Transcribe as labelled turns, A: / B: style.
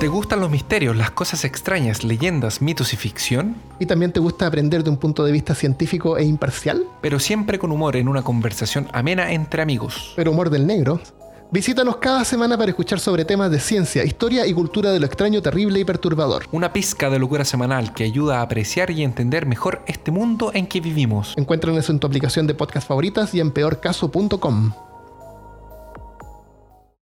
A: ¿Te gustan los misterios, las cosas extrañas, leyendas, mitos y ficción?
B: ¿Y también te gusta aprender de un punto de vista científico e imparcial?
A: Pero siempre con humor en una conversación amena entre amigos.
B: Pero humor del negro. Visítanos cada semana para escuchar sobre temas de ciencia, historia y cultura de lo extraño, terrible y perturbador.
A: Una pizca de locura semanal que ayuda a apreciar y entender mejor este mundo en que vivimos.
B: Encuéntranos en tu aplicación de podcast favoritas y en peorcaso.com.